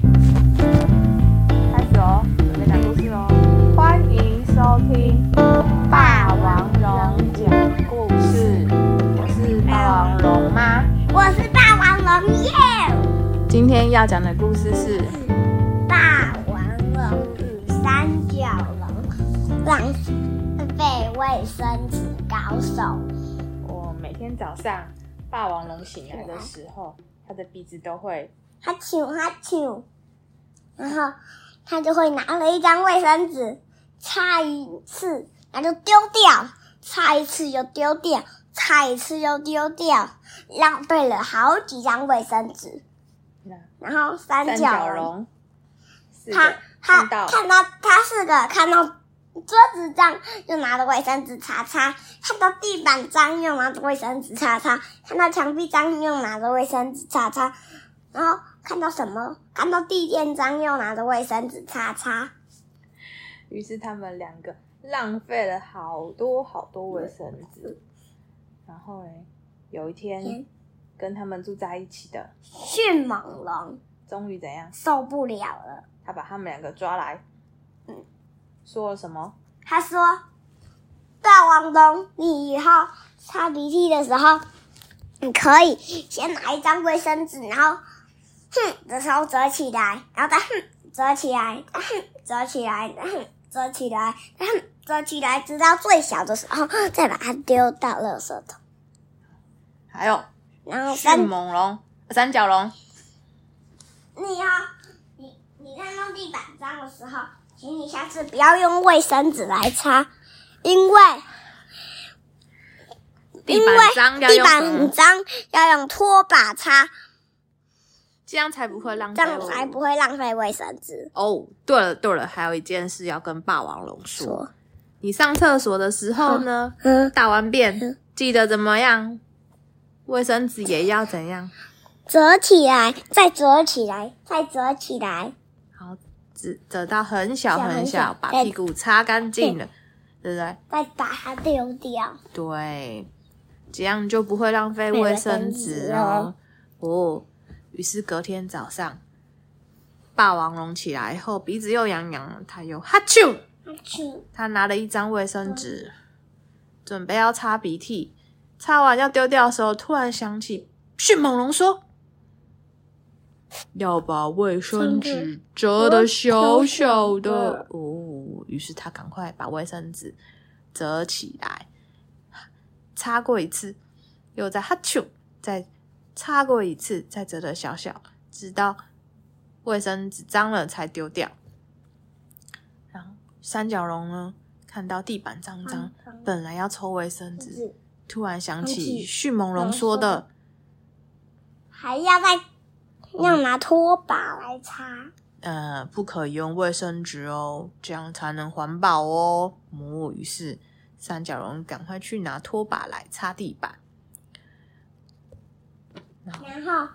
哦今天要讲的故事是霸王龙与三角龙，浪费卫生纸高手。我每天早上霸王龙醒来的时候，它的鼻子都会哈啾哈啾，然后他就会拿了一张卫生纸，擦一次，然后就丢掉，擦一次又丢掉，擦一次又丢掉，浪费了好几张卫生纸。那然后三三角角龙，龙，是他的他看到看到他四个看到桌子脏，就拿着卫生纸擦擦；看到地板脏，又拿着卫生纸擦擦；看到墙壁脏，又拿着卫生纸擦擦。然后看到什么？看到地垫脏，又拿着卫生纸擦擦。于是他们两个浪费了好多好多卫生纸。然后嘞，有一天嗯跟他们住在一起的，迅猛龙终于怎样？受不了了，他把他们两个抓来，嗯，说了什么？他说：“霸王龙，你以后擦鼻涕的时候，你可以先拿一张卫生纸，然后哼的时候折起来，然后再哼折起来，再哼折起来，再哼折起来，再哼折起来，直到最小的时候，再把它丢到垃圾桶。还有然后迅三猛龙、三角龙，你要、你你看到地板脏的时候，请你下次不要用卫生纸来擦，因为地因为板脏要地用板什很么？嗯脏，要用拖把擦，这样才不会浪这费。样才不会浪费卫生纸。哦，对了对了，还有一件事要跟霸王龙说，说，你上厕所的时候呢，嗯，大完便嗯记得怎么样？卫生纸也要怎样？折起来，再折起来，再折起来，好，只折到很小小很很小小，哎把对屁股擦干净了，对不对？再把它丢掉。对，这样就不会浪费卫生纸哦。哦，于是隔天早上，霸王龙起来后鼻子又痒痒，他又哈啾，去，他拿了一张卫生纸，准备要擦鼻涕，擦完要丢掉的时候，突然想起迅猛龙说：“要把卫生纸折得小小的。”哦，于是他赶快把卫生纸折起来，擦过一次，又再哈啾，再擦过一次，再折得小小，直到卫生纸脏了才丢掉。然后三角龙呢，看到地板脏嗯脏，本来要抽卫生纸，纸突然想想起起迅猛龙说的，还要再要拿拖把来擦。呃，不可以用卫生纸哦，这样才能环保哦。母于是三角龙赶快去拿拖把来擦地板。嗯然后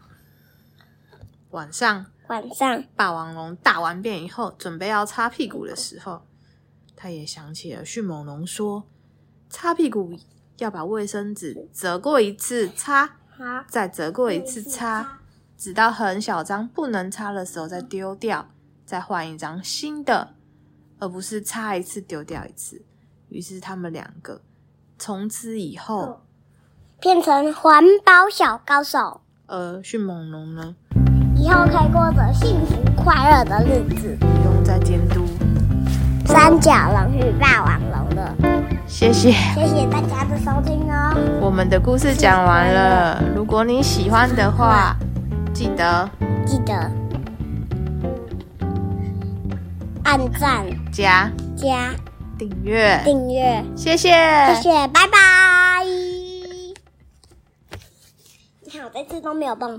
晚上，晚上，霸王龙大完便以后，准备要擦屁股的时候，他也想起了迅猛龙说，擦屁股要把卫生纸折过一次擦，好，再折过一次擦。，直到很小张不能擦的时候再丢掉，再换一张新的，而不是擦一次丢掉一次。于是他们两个从此以后，变成环保小高手，呃，迅猛龙呢以后可以过着幸福快乐的日子。不用再监督。三角龙与霸王龙了。谢谢，谢谢大家的收听哦。我们的故事讲完了。如果你喜欢的话，记得记得按赞、加加订阅，订阅，谢谢，谢谢，拜拜。你看我这次都没有蹦。